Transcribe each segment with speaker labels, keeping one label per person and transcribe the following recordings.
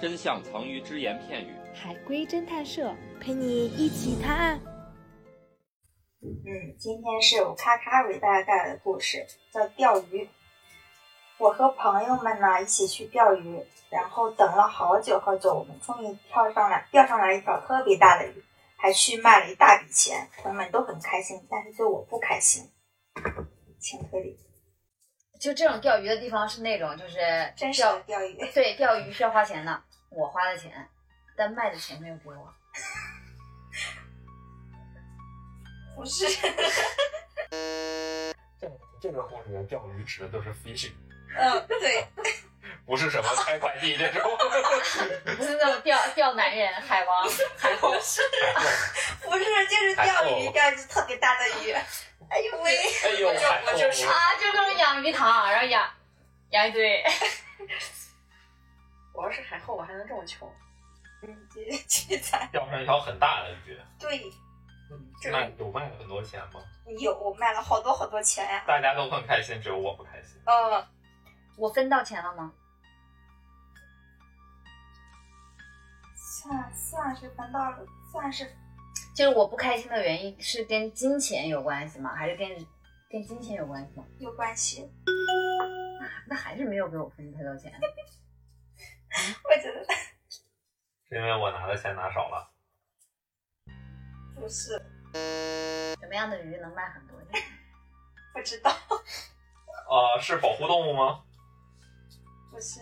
Speaker 1: 真相藏于只言片语。
Speaker 2: 海龟侦探社陪你一起探案。
Speaker 3: 嗯，今天是我咔咔为大家带来的故事，叫钓鱼。我和朋友们呢一起去钓鱼，然后等了好久好久，我们终于钓上来，钓上来一条特别大的鱼，还去卖了一大笔钱，朋友们都很开心，但是就我不开心。请推理，
Speaker 4: 就这种钓鱼的地方是那种就是
Speaker 3: 真实
Speaker 4: 钓
Speaker 3: 的钓鱼，
Speaker 4: 对钓鱼需要花钱的，我花的钱，但卖的钱没有给我。
Speaker 3: 不是
Speaker 5: 这这个故事的钓鱼指的都是 fishing，
Speaker 3: 嗯，对，
Speaker 5: 不是什么开快递这种。
Speaker 4: 不是 那种钓钓男人、海 王、海后，
Speaker 3: 不是，就是
Speaker 5: 海
Speaker 3: 钓
Speaker 5: 后
Speaker 3: 鱼，钓一只特别大的 鱼。哎呦喂，
Speaker 5: 哎呦，海
Speaker 3: 我
Speaker 5: 后
Speaker 3: 就说
Speaker 4: 啊，就各种养鱼塘，然后养 养一堆。
Speaker 6: 我要是海后，我还能这么穷？
Speaker 3: 嗯，这 这咱
Speaker 5: 钓上一条很大的鱼，
Speaker 3: 对，这
Speaker 5: 那有卖了很多钱吗？
Speaker 3: 有我卖了好多好多钱呀、
Speaker 5: 大家都很开心，只有我不开心。
Speaker 3: 呃，
Speaker 4: 我分到钱了吗？
Speaker 3: 算算是分到了，算是
Speaker 4: 就是我不开心的原因是跟金钱有关系吗？还是跟跟金钱有关系吗？
Speaker 3: 有关系。
Speaker 4: 那还是没有给我分太多钱。
Speaker 3: 我觉得
Speaker 5: 是因为我拿的钱拿少了，
Speaker 3: 不是，
Speaker 4: 什么样的鱼能卖很多钱？
Speaker 3: 不知道，
Speaker 5: 呃，是保护动物吗？
Speaker 3: 不是。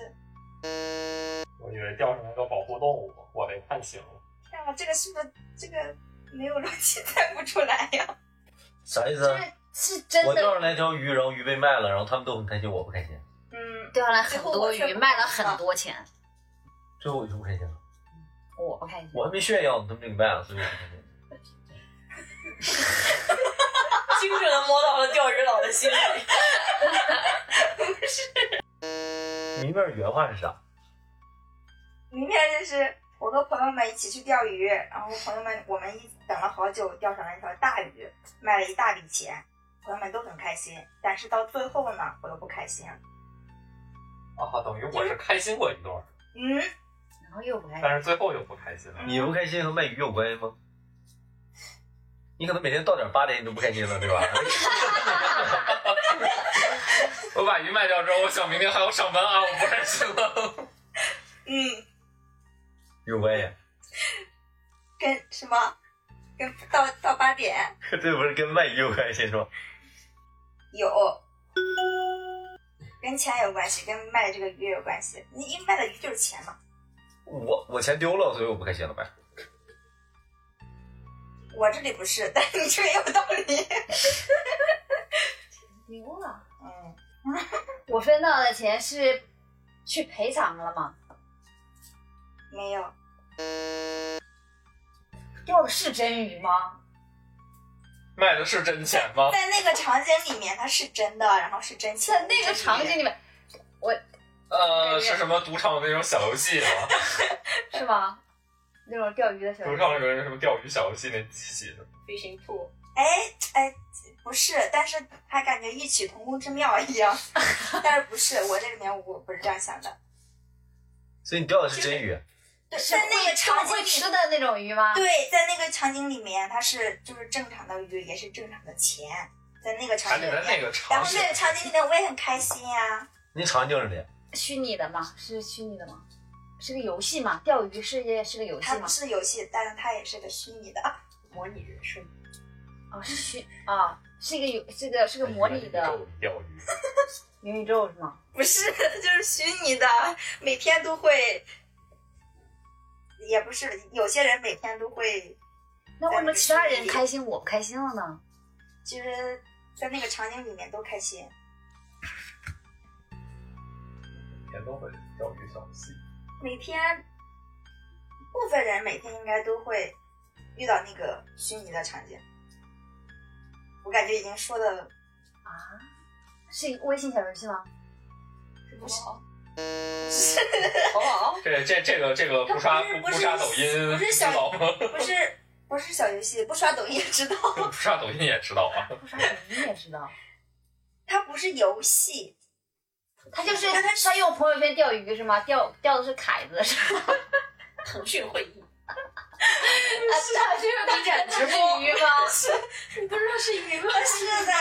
Speaker 5: 我以为钓上来个保护动物，我得判刑。
Speaker 3: 天啊，这个是不是这个没有逻辑猜不出来呀？
Speaker 7: 啥意思
Speaker 4: 就
Speaker 7: 啊？
Speaker 4: 是是真
Speaker 7: 我钓
Speaker 4: 的
Speaker 7: 上来一条鱼，然后鱼被卖了，然后他们都很开心，我不开心，
Speaker 3: 嗯，
Speaker 4: 钓上来
Speaker 3: 最
Speaker 4: 很
Speaker 3: 后
Speaker 4: 多
Speaker 3: 我却
Speaker 4: 鱼，
Speaker 3: 不
Speaker 4: 卖了
Speaker 3: 知道
Speaker 4: 很多钱，
Speaker 7: 最后我就不开心了。
Speaker 4: 我不开心。
Speaker 7: 我还没炫耀呢，他们就给卖了，所以我不开心。
Speaker 6: 精准的摸到了钓鱼佬的心 里。
Speaker 7: 明面原话是啥？
Speaker 3: 明天就是我和朋友们一起去钓鱼，然后朋友们我们一等了好久，钓上来一条大鱼，卖了一大笔钱，朋友们都很开心。但是到最后呢，我又不开心了。
Speaker 5: 啊，等于我是开心过一段，
Speaker 3: 嗯，
Speaker 4: 然后又不开心。
Speaker 5: 但是最后又不开心了。
Speaker 6: 嗯
Speaker 7: 你不开心和卖鱼有关系吗？你可能每天到点八点你都不开心了，对 吧？
Speaker 5: 我把鱼卖掉之后，我想明天还要上班啊，我不开心了。
Speaker 3: 嗯，
Speaker 7: 有关系，
Speaker 3: 跟什么？跟到到八点
Speaker 7: 这不是跟卖鱼有关系是吧？
Speaker 3: 有，跟钱有关系，跟卖这个鱼也有关系。你因为卖的鱼就是钱嘛。
Speaker 7: 我我钱丢了，所以我不开心了呗。
Speaker 3: 我这里不是，但是你这也有道理。
Speaker 4: 丢了。
Speaker 3: 嗯，
Speaker 4: 我分到的钱是去赔偿了吗？
Speaker 3: 没有，
Speaker 4: 钓的是真鱼吗？
Speaker 5: 卖的是真钱吗？
Speaker 3: 在那个场景里面，它是真的，然后是真情。
Speaker 4: 在那个场景里面
Speaker 5: 呃，是什么赌场那种小游戏吗？
Speaker 4: 是吗？那种钓鱼的小
Speaker 5: 赌场有人什么钓鱼小游戏那机器的，
Speaker 6: Fishing pool，
Speaker 3: 哎哎，不是，但是还感觉异曲同工之妙一 样。但是不是，我这里面我不是这样想的。
Speaker 7: 所以你钓的是真鱼，
Speaker 3: 对，
Speaker 4: 是
Speaker 3: 在那
Speaker 4: 会
Speaker 3: 个场景
Speaker 4: 会吃
Speaker 3: 里，
Speaker 4: 的那种鱼吗？
Speaker 3: 对，在那个场景里面，它是就是正常的鱼，也是正常的钱，在那个场
Speaker 5: 还
Speaker 3: 景
Speaker 5: 里
Speaker 3: 里
Speaker 5: 面那
Speaker 3: 面。
Speaker 5: 个
Speaker 3: 然
Speaker 5: 场
Speaker 3: 后
Speaker 5: 景
Speaker 3: 那，个场景里面我也很开心呀、
Speaker 7: 那场景是的，
Speaker 4: 虚拟的吗？是虚拟的吗？是个游戏吗？钓鱼世界是个游戏
Speaker 3: 它
Speaker 4: 吗
Speaker 3: 不？是游戏，但是它也是个虚拟的。
Speaker 6: 模拟人生。
Speaker 4: 啊，是虚啊，是一个游，这个是个模拟的
Speaker 5: 钓鱼，
Speaker 4: 元宇宙是吗？
Speaker 3: 不是， 就是虚拟的，每天都会，也不是有些人每天都会，
Speaker 4: 那为什么其他人开心我不开心了呢？
Speaker 3: 其实，在那个场景里面都开心。
Speaker 5: 天都会钓鱼小游戏。
Speaker 3: 每天，部分人每天应该都会遇到那个虚拟的场景。我感觉已经说 的
Speaker 4: 啊，是一个微信小游戏吗？
Speaker 3: 不是，
Speaker 6: 淘宝，
Speaker 5: 这这这个这个不刷不刷抖音
Speaker 3: 不是
Speaker 5: 知
Speaker 3: 小
Speaker 5: 道吗？
Speaker 3: 不是不是小游戏，不刷抖音也知道，
Speaker 5: 不刷抖音也知道啊。
Speaker 4: 不刷抖音也知道，
Speaker 3: 它不是游戏，
Speaker 4: 他就是
Speaker 6: 但他
Speaker 4: 他用朋友圈钓鱼是吗？钓钓的是凯子是吗？
Speaker 6: 腾讯会议，
Speaker 4: 啊，他是 B 站直播鱼吗？
Speaker 6: 你不知道是娱乐
Speaker 3: 是的，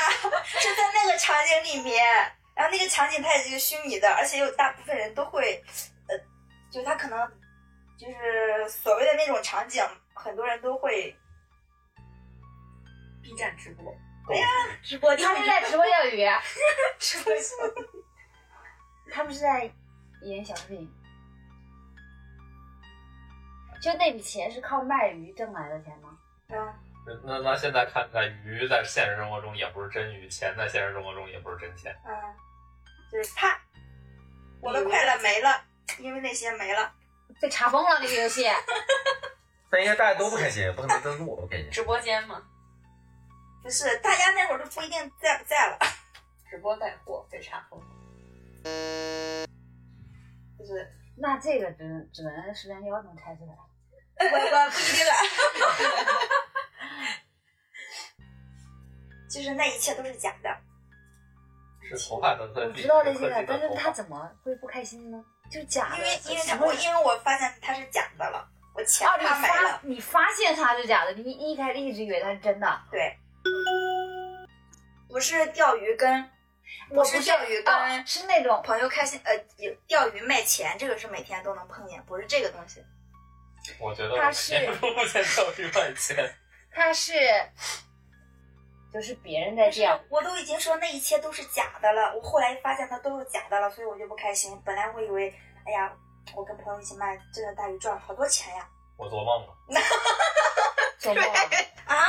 Speaker 3: 就在那个场景里面，然后那个场景它也是虚拟的，而且有大部分人都会，呃，就他可能就是所谓的那种场景，很多人都会
Speaker 6: B 站直播，
Speaker 4: 直播，他们是在直播钓鱼，
Speaker 6: 直播
Speaker 4: 他们是在演小视频。就那笔钱是靠卖鱼挣来的钱吗？
Speaker 3: 嗯，
Speaker 5: 那那现在看看鱼在现实生活中也不是真鱼，钱在现实生活中也不是真钱。
Speaker 3: 嗯，就是啪，我的快乐没了，因为那些没了。
Speaker 4: 被查封了那个游戏，
Speaker 7: 那应该大家都不开心，不可能都是我不开心。
Speaker 6: 直播间嘛，
Speaker 3: 不是，大家那会儿都不一定在不在了，
Speaker 6: 直播带货被查封。
Speaker 3: 就是
Speaker 4: 那这个只只能十元幺能拆出来。
Speaker 3: 我我不一定了。 就是那一切都是假的，
Speaker 5: 是头发的科
Speaker 4: 我
Speaker 5: 技，
Speaker 4: 知道这些
Speaker 5: 科技
Speaker 4: 的，但是
Speaker 5: 头发
Speaker 4: 他怎么会不开心呢？就是假的，
Speaker 3: 因为因为他
Speaker 4: 什么
Speaker 3: 我因为我发现它是假的了，我钱
Speaker 4: 哦，你
Speaker 3: 花没了
Speaker 4: 发。你发现它是假的，你一开始一直以为它是真的。
Speaker 3: 对，不是钓鱼跟
Speaker 4: 我
Speaker 3: 是
Speaker 4: 不
Speaker 3: 钓鱼跟
Speaker 4: 哦是那种
Speaker 3: 朋友开心，呃，有钓鱼卖钱，这个是每天都能碰见，不是这个东西。
Speaker 5: 我觉得我
Speaker 4: 他
Speaker 5: 每
Speaker 4: 是
Speaker 5: 天都不见到一块钱。
Speaker 4: 它是，就是别人在
Speaker 3: 但是
Speaker 4: 钓，
Speaker 3: 我都已经说那一切都是假的了，我后来发现它都是假的了，所以我就不开心。本来我以为，哎呀，我跟朋友一起卖这条大鱼赚了好多钱呀，
Speaker 5: 我做梦了，
Speaker 4: 做梦啊。
Speaker 3: 啊！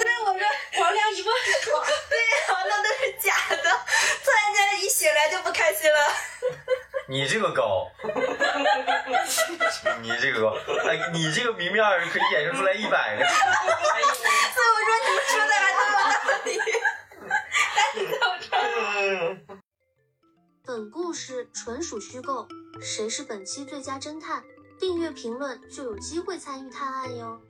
Speaker 3: 对，我说
Speaker 6: 黄粱 一梦，
Speaker 3: 对呀、那都是假的。突然间一醒来就不开心了。
Speaker 7: 你这个 高，你这个高，哎，你这个明面儿可以衍生出来一百个。
Speaker 3: 所以我说你们说的还都有道理。
Speaker 8: 本故事纯属虚构，谁是本期最佳侦探？订阅评论就有机会参与探案哟。